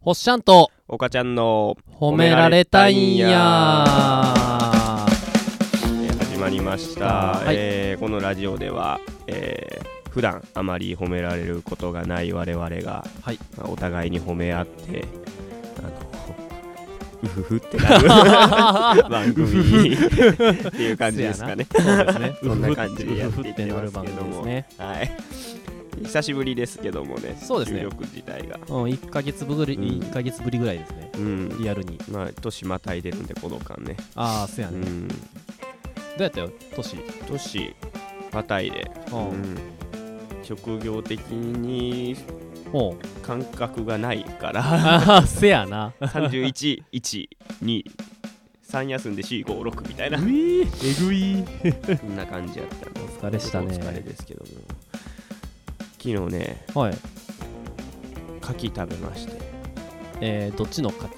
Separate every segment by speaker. Speaker 1: ほっしゃんと
Speaker 2: おかちゃんの
Speaker 1: 褒められたいんや
Speaker 2: えー始まりました、
Speaker 1: はい
Speaker 2: えーこのラジオでは、えー普段あまり褒められることがない我々が、
Speaker 1: はい
Speaker 2: まあお互いに褒め合ってあの うふふって なる番組っていう感じですかね
Speaker 1: そうですね
Speaker 2: そんな感じでやっていって
Speaker 1: な
Speaker 2: ま
Speaker 1: る
Speaker 2: す
Speaker 1: 番
Speaker 2: けど
Speaker 1: 組です
Speaker 2: も、
Speaker 1: ね
Speaker 2: はい久しぶりですけどもね
Speaker 1: そうですね
Speaker 2: 収録自体が
Speaker 1: うん1ヶ月ぶり、
Speaker 2: うん
Speaker 1: 一ヶ月ぶりぐらいですね
Speaker 2: うん
Speaker 1: リアルに
Speaker 2: まあ年またいでるんでこの間ね
Speaker 1: ああそや
Speaker 2: う
Speaker 1: ね、ど
Speaker 2: ん
Speaker 1: うやったよトシ
Speaker 2: 都市またいで、
Speaker 1: うん
Speaker 2: うん職業的に
Speaker 1: おう
Speaker 2: 感覚がないから
Speaker 1: ああせやな
Speaker 2: 31123休んで456みたい な
Speaker 1: いえぐい
Speaker 2: そんな感じやった
Speaker 1: お
Speaker 2: の
Speaker 1: 疲れしたね
Speaker 2: お疲れですけども昨日ね
Speaker 1: はい
Speaker 2: 牡蠣食べまして、
Speaker 1: えー、どっちの牡蠣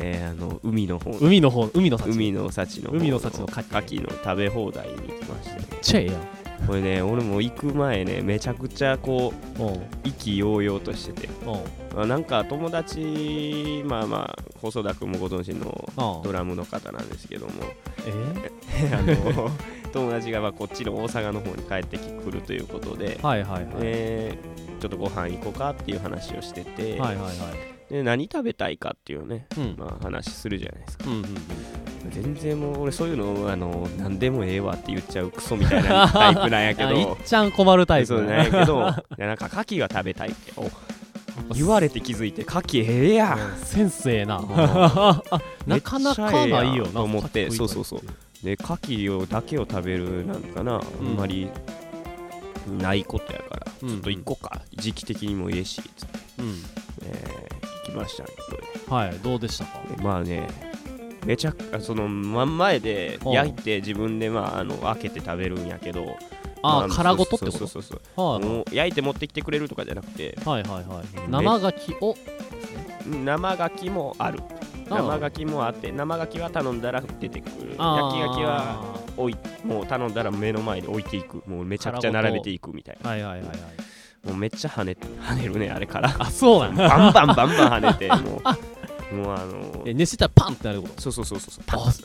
Speaker 2: えーあの海の方の
Speaker 1: 海の方海の幸
Speaker 2: 海
Speaker 1: の
Speaker 2: の幸の方
Speaker 1: 海の幸の牡蠣
Speaker 2: 牡蠣の食べ放題に行きましてね
Speaker 1: ちゃええやん
Speaker 2: これね俺も行く前ねめちゃくちゃこう
Speaker 1: おう
Speaker 2: 意気揚々としてて
Speaker 1: おう
Speaker 2: あなんか友達まあまあ細田君もご存知の
Speaker 1: おう
Speaker 2: ドラムの方なんですけども
Speaker 1: えー、
Speaker 2: あの 友達がまあこっちの大阪の方に帰ってくるということで、
Speaker 1: はいはいはい、
Speaker 2: でちょっとご飯行こうかっていう話をしてて、
Speaker 1: はいはいはい
Speaker 2: で何食べたいかっていうね、
Speaker 1: うん、
Speaker 2: まあ、話するじゃないですか
Speaker 1: うんうんうん
Speaker 2: 全然もう俺そういうのあの何でもええわって言っちゃうクソみた いなタイプなんやけ
Speaker 1: あい
Speaker 2: ど
Speaker 1: っちゃん困るタイプ
Speaker 2: そうなんやけどいやなんか牡蠣が食べたいってお言われて気づいて牡蠣ええ やん
Speaker 1: センスええ ななかなかないよ
Speaker 2: めっちゃええやん
Speaker 1: な
Speaker 2: と思っ
Speaker 1: かっ
Speaker 2: て
Speaker 1: こいい
Speaker 2: そうそうそうで牡蠣をだけを食べるなんか
Speaker 1: う
Speaker 2: な、
Speaker 1: ん
Speaker 2: あんまりないことやから、
Speaker 1: うん
Speaker 2: ちょっと行こうか時期的にもええしつって、
Speaker 1: うん
Speaker 2: えー行きましたけ
Speaker 1: はいどうでしたか
Speaker 2: どでまあねめちゃくその真ん前で
Speaker 1: うん
Speaker 2: 焼いて自分でまああの開けて食べるんやけど
Speaker 1: あ
Speaker 2: ま
Speaker 1: あ殻ごとってこ
Speaker 2: そう
Speaker 1: と
Speaker 2: そうそうそう
Speaker 1: はい
Speaker 2: もう焼いて持ってきてくれるとかじゃなくて
Speaker 1: はいはいはい生牡蠣を
Speaker 2: 生牡蠣もある
Speaker 1: あ
Speaker 2: 生牡蠣もあって生牡蠣は頼んだら出てくる焼き牡
Speaker 1: あー
Speaker 2: 蠣は置いもう頼んだら目の前に置いていくもうめちゃくちゃ並べていくみたい
Speaker 1: はいはいはいはい
Speaker 2: なもうめっちゃ跳 ね跳ねるねあれから
Speaker 1: あそうなんだ
Speaker 2: バンバンバンバン跳ね てもうもうあの
Speaker 1: え熱したらパンってなること
Speaker 2: そうそうそうそう
Speaker 1: あ
Speaker 2: パンツ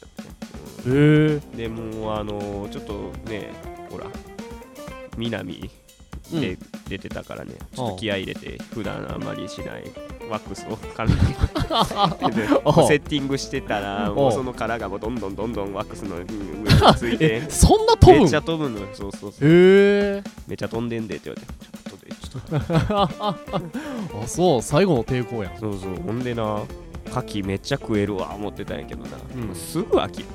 Speaker 1: へえ
Speaker 2: でもうあのちょっとねほら南で出てたからね、ちょっと気合い入れて普段あんまりしないワックスを髪に で
Speaker 1: おう
Speaker 2: セッティングしてたら
Speaker 1: おう
Speaker 2: もうその殻がもうどんどんどんどんワックスの上について
Speaker 1: えそんな飛
Speaker 2: め
Speaker 1: ぶ
Speaker 2: っ
Speaker 1: ん
Speaker 2: ち
Speaker 1: へ
Speaker 2: ゃ 飛ぶのよそうそうそう
Speaker 1: え
Speaker 2: めっちゃ飛んでんでって言われてちょっとでちょっと
Speaker 1: あそう最後の抵抗やん
Speaker 2: そうそうほんでな牡蠣めっちゃ食えるわ思ってたんやけどな、
Speaker 1: うん
Speaker 2: もうすぐ飽き る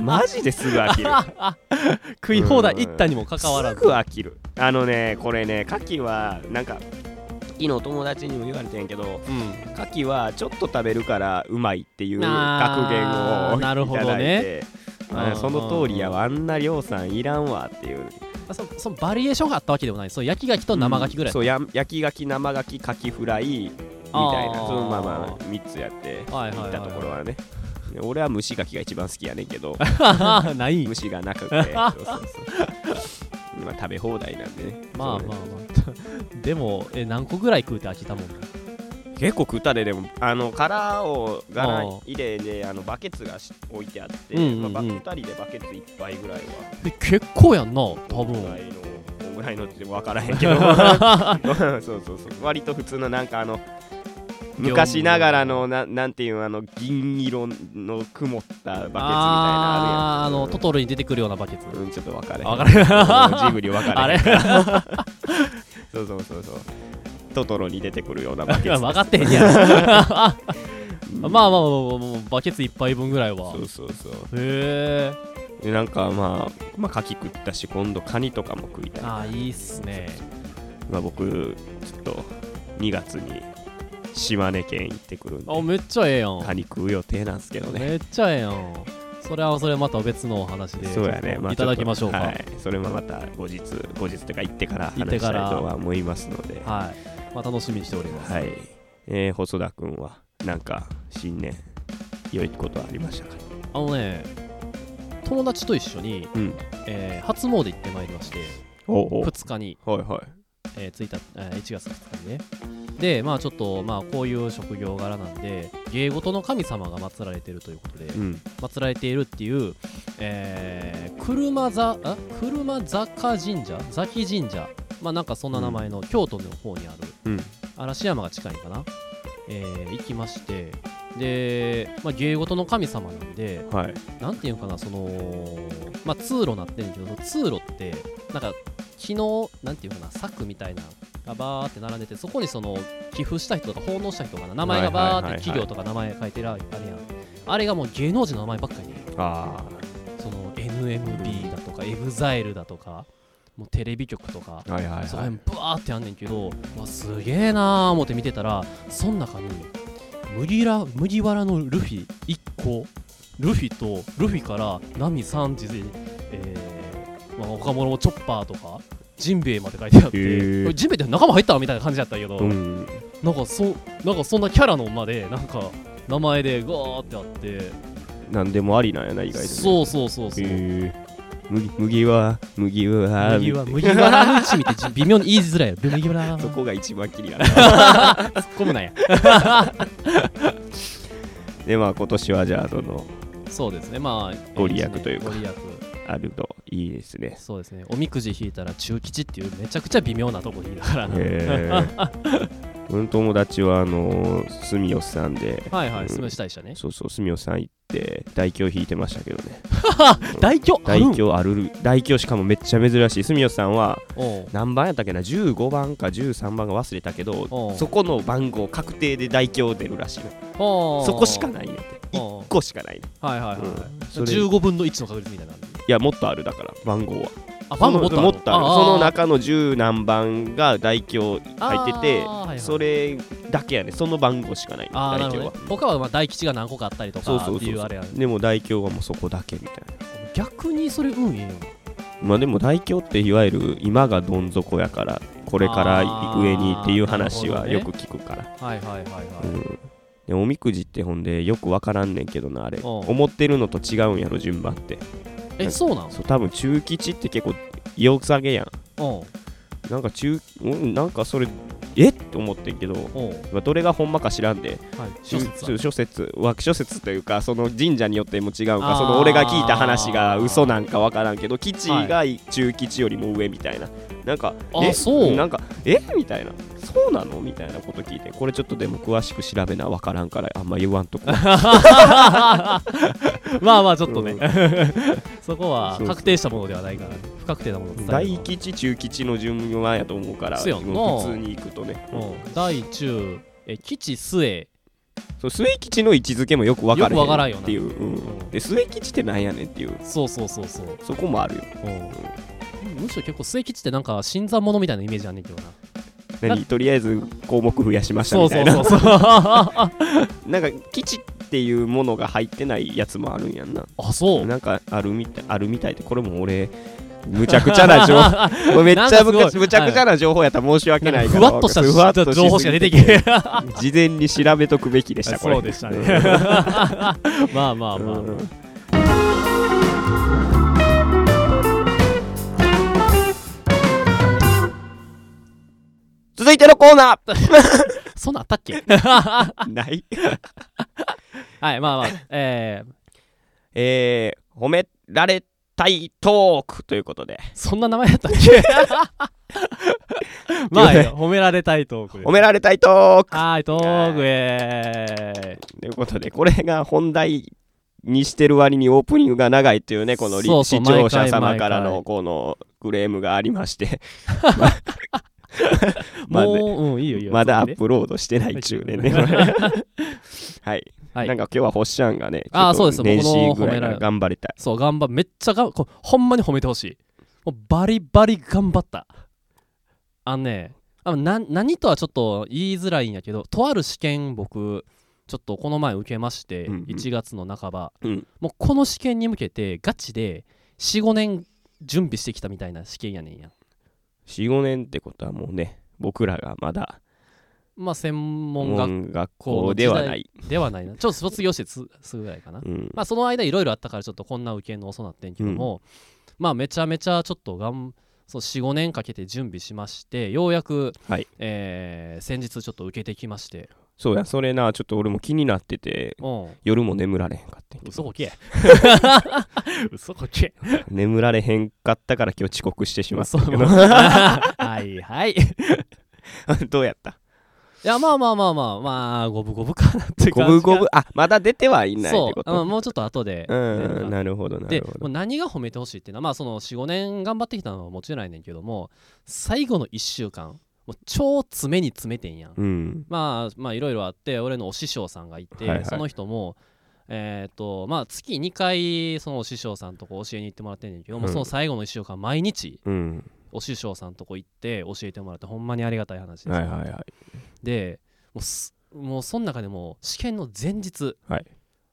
Speaker 2: マジですぐ飽きる
Speaker 1: 食い放題行ったにもかかわらず
Speaker 2: すぐ飽きるあのねこれね牡蠣はなんか昨日友達にも言われてんやけど
Speaker 1: うん
Speaker 2: 牡蠣はちょっと食べるからうまいっていう格言
Speaker 1: あー
Speaker 2: を
Speaker 1: なるほどね
Speaker 2: いただいてあ
Speaker 1: うん
Speaker 2: その通りやわあんな量産いらんわっていう
Speaker 1: あそそのバリエーションがあったわけでもないそう焼き牡蠣と生牡蠣ぐらい
Speaker 2: そうや焼き牡蠣生牡蠣牡蠣フライみたいな
Speaker 1: あー
Speaker 2: そのまあまあ3つやってい
Speaker 1: はいはいはいはい
Speaker 2: ったところはねで俺は蒸し牡蠣が一番好きやねんけど
Speaker 1: ない
Speaker 2: 蒸しが なくてそうそうそう今食べ放題なんでね
Speaker 1: まあ
Speaker 2: そう
Speaker 1: まあ
Speaker 2: ね
Speaker 1: まあ でもえ何個ぐらい食うて飽きたもんね
Speaker 2: 結構食ったででもあの殻を
Speaker 1: あ
Speaker 2: 柄
Speaker 1: ー
Speaker 2: 入れであのバケツがし置いてあって、
Speaker 1: うんうんうん
Speaker 2: まあ、2人でバケツ1杯ぐらいは
Speaker 1: え結構やんな多
Speaker 2: ぐら
Speaker 1: 分
Speaker 2: いのこんぐらいのって分からへんけ どそうそうそう割と普通のなんかあの昔ながらのななんていうのあの銀色の曇ったバケツみたいな
Speaker 1: あーあのト
Speaker 2: と
Speaker 1: トロに出てくるようなバケツ
Speaker 2: うん、ちょっと分かれへん
Speaker 1: わからへん
Speaker 2: うんジブリ分か
Speaker 1: あ
Speaker 2: れへ
Speaker 1: れ
Speaker 2: んそうそうそうそうトトロに出てくるようなバケツです
Speaker 1: 分かってへんや ん
Speaker 2: うん
Speaker 1: まあまあまあまあまあバケツ1杯分ぐらいは
Speaker 2: そうそうそう
Speaker 1: へえ
Speaker 2: でなんかまあまあ牡蠣食ったし今度カニとかも食いたい、ま
Speaker 1: あーいいっすね
Speaker 2: あ、僕ちょっと2月に島根県行ってくるん
Speaker 1: あ
Speaker 2: で
Speaker 1: めっちゃええやん
Speaker 2: カニ食う予定なんですけどね
Speaker 1: めっちゃええやんそれはそれまた別のお話で
Speaker 2: そうやね、
Speaker 1: いただきましょうか
Speaker 2: ち
Speaker 1: は
Speaker 2: っとはいい、それもまた後日後日というか行ってから
Speaker 1: 行って
Speaker 2: 話し
Speaker 1: から
Speaker 2: たいとは思いますのでは
Speaker 1: まあ楽しみにしております
Speaker 2: い、えー細田君はなんか新年良いことはありましたか
Speaker 1: あのね友達と一緒に
Speaker 2: うん
Speaker 1: えー初詣行ってまいりまして
Speaker 2: おうおう
Speaker 1: 2日に
Speaker 2: はいは
Speaker 1: えー、1日、えー1月2日にね、でまあちょっとまあこういう職業柄なんで芸事の神様が祀られてるということで、
Speaker 2: うん
Speaker 1: 祀られているっていう、えー、車座あ車坂神社ザキ神社まあなんかそんな名前の京都の方にある
Speaker 2: うん
Speaker 1: 嵐山が近いのかな、えー行きましてで、まあ、芸事の神様なんで
Speaker 2: はい
Speaker 1: なんていうのかなその、まあ、通路なってんけど通路ってなんか昨日なんていうのかな柵みたいながバーって並んでてそこにその寄付した人とか奉納した人とかな名前が
Speaker 2: は
Speaker 1: バ
Speaker 2: いは
Speaker 1: ー
Speaker 2: いは
Speaker 1: っ
Speaker 2: いはい
Speaker 1: て企業とか名前書いてるあれやんあれがもう芸能人の名前ばっかりね
Speaker 2: あ
Speaker 1: その NMB だとか EXILE だとかもうテレビ局とか
Speaker 2: あはいはい
Speaker 1: そこへんブワーってあんねんけど、まあ、すげえなー思って見てたらそん中に麦ら麦わらのルフィ1個ルフィとルフィからナミ3時、えーまあ、岡物もチョッパーとかジンベエまで書いてあって、
Speaker 2: へー
Speaker 1: これジンベエって仲間入ったみたいな感じだったけど、
Speaker 2: うん
Speaker 1: なんかそなんかそんなキャラのまでなんか名前でガーってあって
Speaker 2: なんでもありなんやな意外とね
Speaker 1: そうそうそうそう、
Speaker 2: へえ麦麦は麦は
Speaker 1: 麦わ麦わらの一味ってじ微妙に言いづらいよ麦わら
Speaker 2: そこが一番きりやな
Speaker 1: 込むなや
Speaker 2: でまあ今年はじゃあその
Speaker 1: そうですね、まあ、
Speaker 2: ご利益というか
Speaker 1: ご利益
Speaker 2: あるといいですね
Speaker 1: そうですね、おみくじ引いたら中吉っていうめちゃくちゃ微妙なとこ引いたからな。
Speaker 2: へえ俺の友達はあの住吉さんで
Speaker 1: はいは
Speaker 2: うん
Speaker 1: い、すめしたいしたね。
Speaker 2: そうそう住吉さん行って大凶引いてましたけどね
Speaker 1: 大凶ある
Speaker 2: 大
Speaker 1: ん
Speaker 2: 凶ある大凶しかもめっちゃ珍しい住吉さんは
Speaker 1: おう
Speaker 2: 何番やったっけな15番か13番が忘れたけど
Speaker 1: おう
Speaker 2: そこの番号確定で大凶出るらしいの
Speaker 1: おう
Speaker 2: そこしかないんやって1
Speaker 1: おう
Speaker 2: 個しかないの
Speaker 1: はいはいはいは
Speaker 2: うん
Speaker 1: い。
Speaker 2: それ
Speaker 1: 15分の1の確率みたいな。
Speaker 2: いやもっとあるだから番号は
Speaker 1: あ、ファンもっとある
Speaker 2: もっとあるその中の10何番が大凶入っててそ。
Speaker 1: あー
Speaker 2: れだけやねその番号しかないの
Speaker 1: あーはいはいあー、なるほ
Speaker 2: 大凶
Speaker 1: ど
Speaker 2: は
Speaker 1: ね。他はまあ大吉が何個かあったりとか
Speaker 2: そうそう
Speaker 1: っ
Speaker 2: そ
Speaker 1: て
Speaker 2: う
Speaker 1: いう
Speaker 2: そ
Speaker 1: あれやね
Speaker 2: うでも大凶はもうそこだけみたいな
Speaker 1: 逆にそれ運ええよ。
Speaker 2: まあでも大凶っていわゆる今がどん底やからこれから上にっていう話
Speaker 1: あ
Speaker 2: は
Speaker 1: ーな
Speaker 2: よ
Speaker 1: る
Speaker 2: く
Speaker 1: ほ
Speaker 2: 聞くから
Speaker 1: はいはいはいは
Speaker 2: う
Speaker 1: い。
Speaker 2: ん、でおみくじってほんでよくわからんねんけどなあれ
Speaker 1: ん
Speaker 2: 思ってるのと違うんやろ順番って
Speaker 1: え、そうな
Speaker 2: そう多分中吉って結構よさげやん
Speaker 1: の
Speaker 2: なんか中、うん、なんかそれえって思ってんけど
Speaker 1: うん。うん。
Speaker 2: まあどれがほんまか知らんで
Speaker 1: はい。諸説
Speaker 2: そう
Speaker 1: は
Speaker 2: 諸説わ諸説というかその神社によっても違うか
Speaker 1: あー
Speaker 2: その俺が聞いた話が嘘なんかわからんけど吉が
Speaker 1: は
Speaker 2: 中吉よりも上みたいな、なんか
Speaker 1: あ
Speaker 2: え
Speaker 1: そう
Speaker 2: なんかえみたいなそうなのみたいなこと聞いてこれちょっとでも詳しく調べなわからんからあんま言わんとこ
Speaker 1: まあまあちょっとね、
Speaker 2: うん
Speaker 1: そこは
Speaker 2: そうそう
Speaker 1: 確定したものではないから不確定なものを伝える
Speaker 2: 大吉中吉の順番やと思うから
Speaker 1: そうやんな
Speaker 2: もう普通に行くとね、
Speaker 1: うん大中え吉末
Speaker 2: そう末吉の位置づけもよくわから
Speaker 1: よくわからんよな
Speaker 2: っていう、うん
Speaker 1: うん
Speaker 2: で末吉ってなんやねんっていう
Speaker 1: そうそうそうそう、
Speaker 2: そこもあるよ
Speaker 1: うん、むしろ結構末吉ってなんか新参者みたいなイメージあんねんけどな
Speaker 2: 何とりあえず項目増やしました
Speaker 1: そ
Speaker 2: み
Speaker 1: うそ
Speaker 2: たいうな
Speaker 1: そうそうあ
Speaker 2: なんか基地っていうものが入ってないやつもあるんやんな。
Speaker 1: そう
Speaker 2: なんかあるみたいあるみたいでこれも俺むちゃくちゃな 情報これめっちゃむ
Speaker 1: なんか
Speaker 2: か
Speaker 1: すごい
Speaker 2: むちゃくちゃな情報やったら申し訳ない
Speaker 1: ふ
Speaker 2: から
Speaker 1: わっとした
Speaker 2: ふわっとしすぎ
Speaker 1: 情報しか出てきて
Speaker 2: 事前に調べとくべきでしたこれ
Speaker 1: そうでしたね
Speaker 2: ん
Speaker 1: まあまあまあ、まあ
Speaker 2: うん続いてのコーナ
Speaker 1: そんなんあったっけ
Speaker 2: ー ない
Speaker 1: はいまあまあえー、
Speaker 2: えー、褒められたいトークということで、
Speaker 1: そんな名前やったっけ まあいいよ褒められたいトークです
Speaker 2: 褒められたいトーク
Speaker 1: はい、トークへ
Speaker 2: ということで、これが本題にしてる割にオープニングが長いっていうね、このり
Speaker 1: そうそう
Speaker 2: 視聴者
Speaker 1: 毎回
Speaker 2: 様
Speaker 1: 毎回
Speaker 2: からのこのクレームがありま して、まあね
Speaker 1: もう、うん、いいよいいよ。
Speaker 2: まだア
Speaker 1: 続け
Speaker 2: ッ
Speaker 1: て
Speaker 2: プロードしてない中年ね。こ
Speaker 1: は
Speaker 2: れ
Speaker 1: い
Speaker 2: はい。
Speaker 1: はい
Speaker 2: なんか今日はホッシャンがね、
Speaker 1: あー
Speaker 2: ちょっと
Speaker 1: そうで
Speaker 2: 年
Speaker 1: す僕
Speaker 2: 始
Speaker 1: の
Speaker 2: ぐら
Speaker 1: 褒め
Speaker 2: いか
Speaker 1: ら
Speaker 2: ら
Speaker 1: れ
Speaker 2: 頑張れたい。
Speaker 1: そう、頑張めっちゃがんこほんまに褒めてほしい。もうバリバリ頑張った。あのね、あな何とはちょっと言いづらいんやけど、とある試験僕、ちょっとこの前受けまして、
Speaker 2: うんうん
Speaker 1: 1月の半ば、
Speaker 2: うん
Speaker 1: もうこの試験に向けてガチで4、5年準備してきたみたいな試験やねんや。
Speaker 2: 4、5年ってことはもうね、僕らがまだ
Speaker 1: まあ、専門学
Speaker 2: 音楽校ではない。
Speaker 1: ではないな。ちょっと卒業してつすぐぐらいかな。
Speaker 2: うん
Speaker 1: まあその間いろいろあったからちょっとこんな受けの遅なってんけども、まあめちゃめちゃちょっとがん45年かけて準備しましてようやく、
Speaker 2: はい
Speaker 1: えー先日ちょっと受けてきまして
Speaker 2: そうやそれなちょっと俺も気になってて
Speaker 1: うん
Speaker 2: 夜も眠られへんかったんやけど
Speaker 1: 嘘こ け嘘こけ
Speaker 2: 眠られへんかったから今日遅刻してしまった
Speaker 1: 嘘
Speaker 2: けど
Speaker 1: はいはいい
Speaker 2: どうやった
Speaker 1: やまあまあまあまあまあ五分五分かなって
Speaker 2: 五
Speaker 1: 感
Speaker 2: 分
Speaker 1: じが
Speaker 2: 五分あまだ出てはいないって
Speaker 1: そ
Speaker 2: こ
Speaker 1: うあ
Speaker 2: と
Speaker 1: もうちょっと後で
Speaker 2: うんなるほどな
Speaker 1: で
Speaker 2: るほ
Speaker 1: もう
Speaker 2: ど
Speaker 1: 何が褒めてほしいっていうのは、まあ、その45年頑張ってきたのはもちろんやねんけども最後の1週間もう超詰めに詰めてんやん、
Speaker 2: うん
Speaker 1: まあまあいろいろあって俺のお師匠さんがいて、
Speaker 2: はいはい
Speaker 1: その人もえっ、とまあ月2回そのお師匠さんとこ教えに行ってもらってんねんけども、
Speaker 2: うん
Speaker 1: その最後の1週間毎日
Speaker 2: うん
Speaker 1: お師匠さんとこ行って教えてもらってほんまにありがたい話です、
Speaker 2: はいはいはい
Speaker 1: でもうすもうその中でも試験の前日、
Speaker 2: はい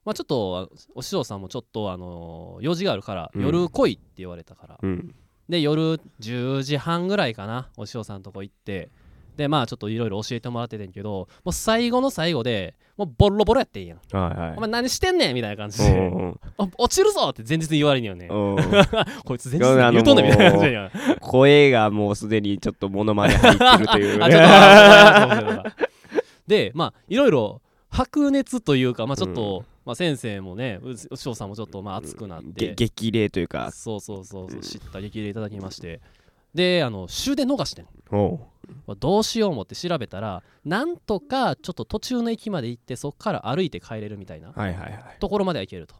Speaker 1: まあ、ちょっとあお師匠さんもちょっと、あのー用事があるから、
Speaker 2: うん
Speaker 1: 夜来いって言われたから、
Speaker 2: うん
Speaker 1: で夜10時半ぐらいかなお師匠さんのとこ行ってでまあちょっといろいろ教えてもらっててんけどもう最後の最後でもうボロボロやってんやん、
Speaker 2: はい
Speaker 1: お
Speaker 2: はい
Speaker 1: 前何してんねんみたいな感じ
Speaker 2: お
Speaker 1: で
Speaker 2: ー
Speaker 1: あ落ちるぞって前日に言われんよね
Speaker 2: おー
Speaker 1: こいつ前日に言うとんねんみたいな感じやん
Speaker 2: 声がもうすでにちょっとモノマネ入ってるとい う
Speaker 1: あ、
Speaker 2: ね
Speaker 1: ちょっとあそうそうそうそうで、まあ、いろいろ白熱というか、まあ、ちょっと、まあ、先生もね、ううしょうさんもちょっと、まあ、熱くなっ
Speaker 2: げ
Speaker 1: て、
Speaker 2: 激励というか
Speaker 1: そうそうそうそうう、
Speaker 2: ん
Speaker 1: 知った激励いただきまして、で、あの終電逃してん。
Speaker 2: おう
Speaker 1: まあどうしよう思って調べたら、なんとかちょっと途中の駅まで行って、そこから歩いて帰れるみたいな
Speaker 2: はいはいはい
Speaker 1: ところまでは行けると。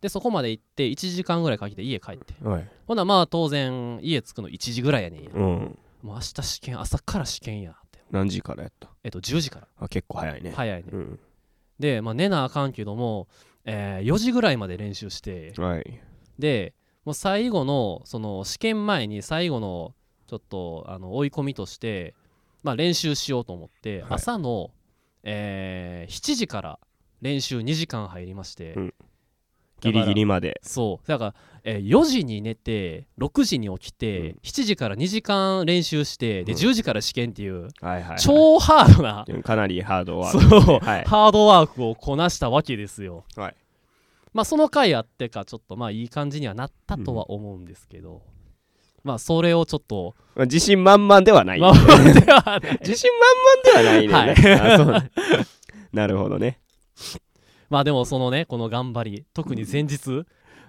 Speaker 1: で、そこまで行って、1時間ぐらいかけて家帰って。
Speaker 2: おい
Speaker 1: ほな、まあ、当然、家着くの1時ぐらいやねんや。
Speaker 2: うん
Speaker 1: もう明日試験、朝から試験やって。
Speaker 2: 何時からやった
Speaker 1: えっと、10時から。
Speaker 2: あ結構早いね
Speaker 1: 早いね。
Speaker 2: うん
Speaker 1: で、まあ、寝なあかんけども、えー4時ぐらいまで練習して
Speaker 2: はい
Speaker 1: でもう最後のその試験前に最後のちょっとあの追い込みとして、まあ、練習しようと思って、
Speaker 2: はい
Speaker 1: 朝の、えー7時から練習2時間入りまして、
Speaker 2: うんギリギリまで
Speaker 1: そうだから、えー4時に寝て6時に起きて、
Speaker 2: うん
Speaker 1: 7時から2時間練習してで
Speaker 2: うん
Speaker 1: 10時から試験っていう、
Speaker 2: はいはいはい
Speaker 1: 超ハードな
Speaker 2: でもかなりハードは
Speaker 1: そう、
Speaker 2: はい
Speaker 1: ハードワークをこなしたわけですよ。
Speaker 2: はい
Speaker 1: まあその回あってかちょっとまあいい感じにはなったとは思うんですけど、まあそれをちょっと
Speaker 2: まあ自信満々ではない
Speaker 1: まあではない
Speaker 2: 自信満々ではないねんね、あそうね なるほどね
Speaker 1: まあでもそのねこの頑張り特に前日、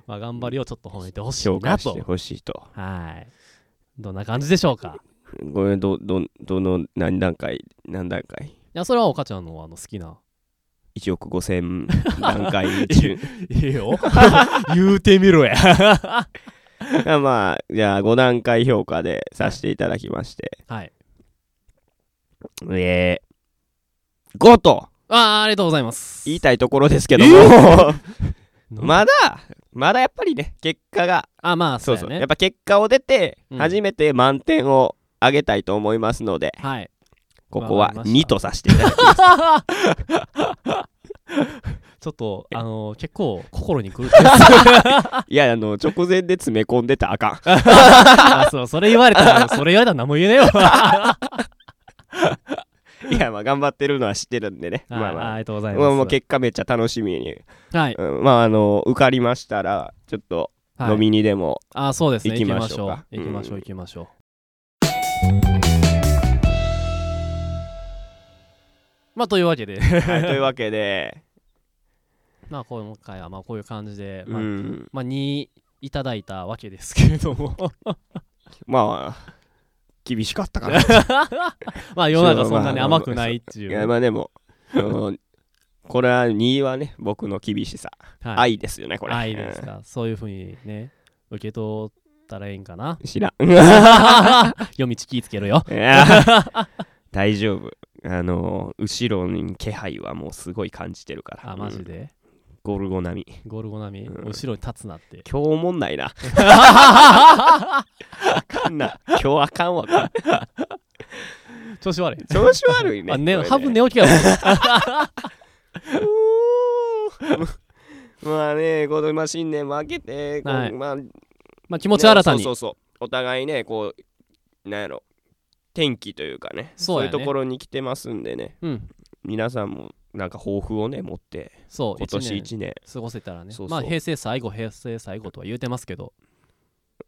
Speaker 1: まあ、頑張りをちょっと褒めてほしい
Speaker 2: 評
Speaker 1: な
Speaker 2: 価し
Speaker 1: と
Speaker 2: てほしいと
Speaker 1: はいどんな感じでしょうか
Speaker 2: ごめんどどどの何段階何段階
Speaker 1: いやそれは岡ちゃんのあの好きな
Speaker 2: 1億5000 段階中
Speaker 1: いいよ 言うてみ ろや
Speaker 2: あまあじゃあ5段階評価でさせていただきまして、
Speaker 1: はい
Speaker 2: えー、5と
Speaker 1: あーありがとうございます
Speaker 2: 言いたいところですけども、 まだまだやっぱりね結果が
Speaker 1: あまあ
Speaker 2: そ
Speaker 1: そうう
Speaker 2: そ
Speaker 1: だ
Speaker 2: う
Speaker 1: ね
Speaker 2: やっぱ結果を出て
Speaker 1: うん
Speaker 2: 初めて満点を上げたいと思いますので、
Speaker 1: はい
Speaker 2: ここ
Speaker 1: わか
Speaker 2: は
Speaker 1: りました
Speaker 2: 2とさせていただき
Speaker 1: ちょっと、あのー結構心にくる
Speaker 2: いやあの直前で詰め込んでたらあかん
Speaker 1: あそうそれ言われたらそれ言われたら何も言えねえよ
Speaker 2: いやまあ頑張ってるのは知ってるんでね まあ
Speaker 1: はい
Speaker 2: ま
Speaker 1: あ
Speaker 2: あ
Speaker 1: りがとうございます
Speaker 2: まあもう結果めっちゃ楽しみに、
Speaker 1: はい、
Speaker 2: うんまああの受かりましたらちょっと
Speaker 1: はい、
Speaker 2: 飲みにでも、
Speaker 1: あそうですね
Speaker 2: 行
Speaker 1: 行
Speaker 2: き
Speaker 1: き
Speaker 2: ま
Speaker 1: ま
Speaker 2: し
Speaker 1: しょ
Speaker 2: ょ
Speaker 1: う
Speaker 2: うか
Speaker 1: 行きましょ
Speaker 2: う
Speaker 1: うん行きまし ょうまあというわけで
Speaker 2: はいというわけで、
Speaker 1: まあ今回はまあこういう感じで、ま
Speaker 2: う
Speaker 1: あ
Speaker 2: ん、
Speaker 1: まあ2いただいたわけですけれども
Speaker 2: まあ厳しかったかない
Speaker 1: まあ世の中そんなに
Speaker 2: まあまあ
Speaker 1: 甘くないっていう、
Speaker 2: やまあでもあのこれは2はね僕の厳しさ、
Speaker 1: はい
Speaker 2: 愛ですよねこれ
Speaker 1: 愛ですか、そういうふうにね受け取ったらええんかな
Speaker 2: うん知らん
Speaker 1: 夜道気ぃつけるよ
Speaker 2: いや大丈夫あの後ろに気配はもうすごい感じてるから
Speaker 1: あマジ
Speaker 2: うん
Speaker 1: で、
Speaker 2: ゴルゴ並み
Speaker 1: ゴルゴ並み、
Speaker 2: うん
Speaker 1: 後ろに立つなって
Speaker 2: 今日おもんないなあかんな今日あかんわこれ
Speaker 1: 調子悪い
Speaker 2: 調子悪いね
Speaker 1: あね
Speaker 2: これね
Speaker 1: ハブ寝起きやもん
Speaker 2: まあね子供新年も明けて、こう
Speaker 1: はい
Speaker 2: まあ
Speaker 1: まあ気持ち新たに
Speaker 2: ねそうそうそうお互いねこうなんやろ天気というかね
Speaker 1: そうやね
Speaker 2: いうところに来てますんでね
Speaker 1: うん
Speaker 2: 皆さんもなんか抱負をね持って
Speaker 1: そう
Speaker 2: 今年
Speaker 1: 一年
Speaker 2: 1年
Speaker 1: 過ごせたらね
Speaker 2: そうそう
Speaker 1: まあ平成最後平成最後とは言うてますけど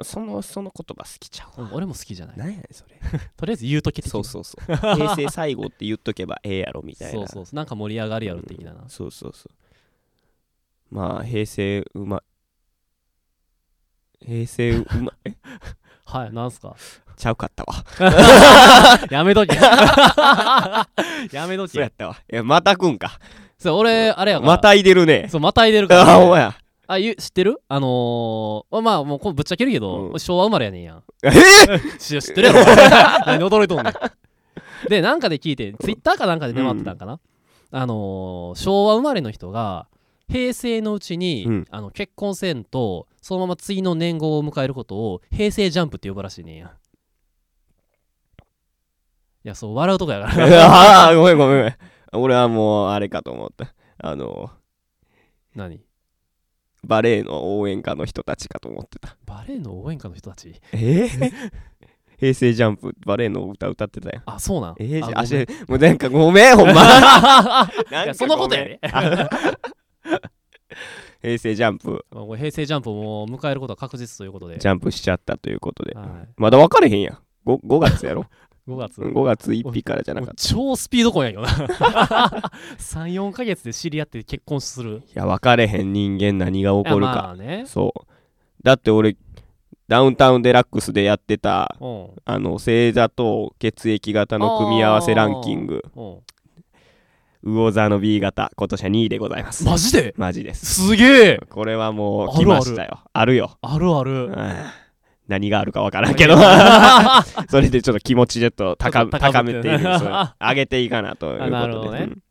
Speaker 2: そのその言葉好きちゃうわ
Speaker 1: うん俺も好きじゃない
Speaker 2: 何やねんそれ
Speaker 1: とりあえず言うとけ的
Speaker 2: そ
Speaker 1: な
Speaker 2: うそうそう平成最後って言っとけばええやろみたいな
Speaker 1: そうそうそうなんか盛り上がるやろ的なな、
Speaker 2: そうそうそうまあ平成うま平成う まえ
Speaker 1: はいなんす か
Speaker 2: ちゃうかったわ
Speaker 1: やめと けやめと
Speaker 2: そうや
Speaker 1: け
Speaker 2: ったわいやまたくんか
Speaker 1: そう俺あれやから
Speaker 2: またいでるね
Speaker 1: そうまたいでるから、
Speaker 2: あ ほんま や
Speaker 1: あゆ知ってるあのー、まあもうこれぶっちゃけるけど、
Speaker 2: うん
Speaker 1: 昭和生まれやねんやん
Speaker 2: え
Speaker 1: 知知ってるやろお 前何驚いとんねんでなんかで聞いてツイッターかなんかで出回ってたんかな、あのー昭和生まれの人が平成のうちに、
Speaker 2: うん
Speaker 1: あの結婚せんとそのまま次の年号を迎えることを平成ジャンプって呼ぶらしいねんやいやそう笑うとこやから
Speaker 2: ああごめんごめんごめん俺はもうあれかと思ったあの
Speaker 1: 何
Speaker 2: バレエの応援歌の人たちかと思ってた
Speaker 1: バレエの応援歌の人たち
Speaker 2: え 平成ジャンプバレエの歌歌ってたよ
Speaker 1: あそうなん
Speaker 2: えー、じゃあ
Speaker 1: あごめん
Speaker 2: 足もうなんかごめんほんま
Speaker 1: い
Speaker 2: な
Speaker 1: や
Speaker 2: ん
Speaker 1: そ
Speaker 2: か
Speaker 1: ん な
Speaker 2: ご
Speaker 1: こ
Speaker 2: め
Speaker 1: と
Speaker 2: ん
Speaker 1: やで、
Speaker 2: 平成ジャンプ
Speaker 1: まあこれ平成ジャンプをもう迎えることは確実ということで
Speaker 2: ジャンプしちゃったということで
Speaker 1: は
Speaker 2: まだ分かれへんやん 5, 5月やろ
Speaker 1: い、5月
Speaker 2: 5月1日からじゃな
Speaker 1: も
Speaker 2: かっ
Speaker 1: う
Speaker 2: た
Speaker 1: 超スピード婚やよな34ヶ月で知り合って結婚する
Speaker 2: いや分かれへん人間何が起こる
Speaker 1: いやま
Speaker 2: か
Speaker 1: あね
Speaker 2: そうだって俺ダウンタウンデラックスでやってた
Speaker 1: うんうん
Speaker 2: あの星座と血液型の組み合わせランキング魚座の B 型今年は2位でございます
Speaker 1: マジで
Speaker 2: マジです
Speaker 1: すげえ
Speaker 2: これはも
Speaker 1: あ
Speaker 2: う
Speaker 1: る
Speaker 2: 来ましたよあるよ
Speaker 1: あるある
Speaker 2: うん何があるかわからん けどそれでちょっと気持ちちょっと高
Speaker 1: ちょっと高
Speaker 2: 高
Speaker 1: め
Speaker 2: め
Speaker 1: て
Speaker 2: ているそう 上げていかなということで
Speaker 1: あなるほどね
Speaker 2: うん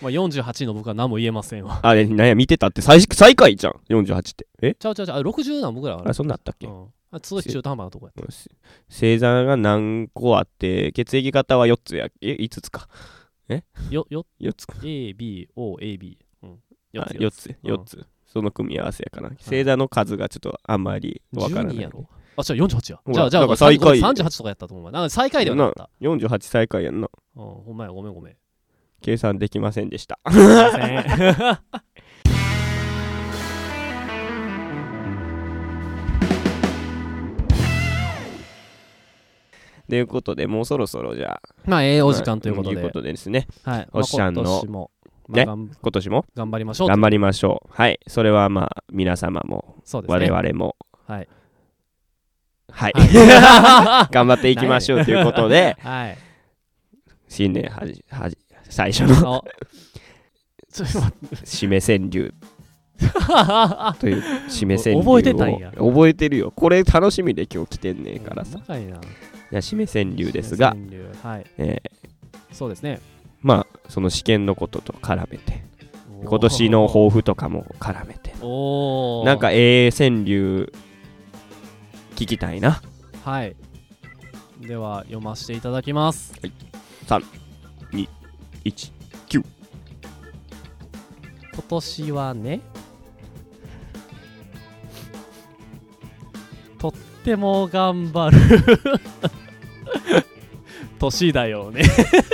Speaker 1: まあ48の僕は何も言えませんわ
Speaker 2: あれ何や見てたって最最下位じゃん48ってえ
Speaker 1: ちゃうちゃうちゃうあ60なん僕らは
Speaker 2: あそんなんあったっけ、
Speaker 1: うんあすごい中途半端なとこや
Speaker 2: うんせ星座が何個あって血液型は4つやえ5つか
Speaker 1: よよ
Speaker 2: 4つか
Speaker 1: ABOAB うん
Speaker 2: あ
Speaker 1: 4つ
Speaker 2: 4つ4つ、その組み合わせやから星座の数がちょっとあんまりわからな
Speaker 1: 10
Speaker 2: い
Speaker 1: 人やろあ違う48や
Speaker 2: ほら
Speaker 1: じゃあじゃ
Speaker 2: だ
Speaker 1: あ
Speaker 2: から最下位
Speaker 1: 38とかやったと思うわなんか最下位ではなかっ
Speaker 2: 48最下位やんな
Speaker 1: たうんほんまやごめんご めん
Speaker 2: 計算できませんでした
Speaker 1: すいません
Speaker 2: ということでもうそろそろじゃあ
Speaker 1: まあ、ええお時間ということ
Speaker 2: は
Speaker 1: で。
Speaker 2: いうことでですね
Speaker 1: はい。
Speaker 2: おっしゃんの
Speaker 1: まあ今年も、まあ
Speaker 2: ね
Speaker 1: がん
Speaker 2: 今年も
Speaker 1: 頑張りましょうと。
Speaker 2: 頑張りましょうはいそれはまあ皆様も
Speaker 1: そうです
Speaker 2: 我
Speaker 1: ね。
Speaker 2: 々も
Speaker 1: はい。
Speaker 2: はい、
Speaker 1: は
Speaker 2: 頑張っていきましょうということで
Speaker 1: い。 はい。
Speaker 2: 新年はじはじ最初の
Speaker 1: おちょっと待って
Speaker 2: 締め川柳という締め川柳を
Speaker 1: 覚えてたんや
Speaker 2: 覚えてるよこれ楽しみで今日来てんねんからさ
Speaker 1: 細かいな。
Speaker 2: じゃあ締め川柳ですが
Speaker 1: 新年流はい。
Speaker 2: えー
Speaker 1: そうですね。
Speaker 2: まあその試験のことと絡めて今年の抱負とかも絡めて
Speaker 1: おー。
Speaker 2: なん、かええ川柳聞きたいな
Speaker 1: はい。では、読ませていただきます。
Speaker 2: 1
Speaker 1: 今年はねとっても頑張る 年だよね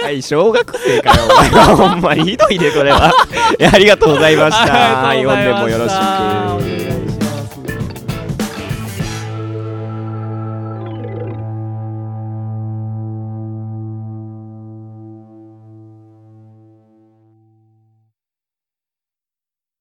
Speaker 2: はい小学生か よお前ほんまひどいでこれはいやありがとうございました
Speaker 1: ありがとうございました
Speaker 2: 読んでもよろしく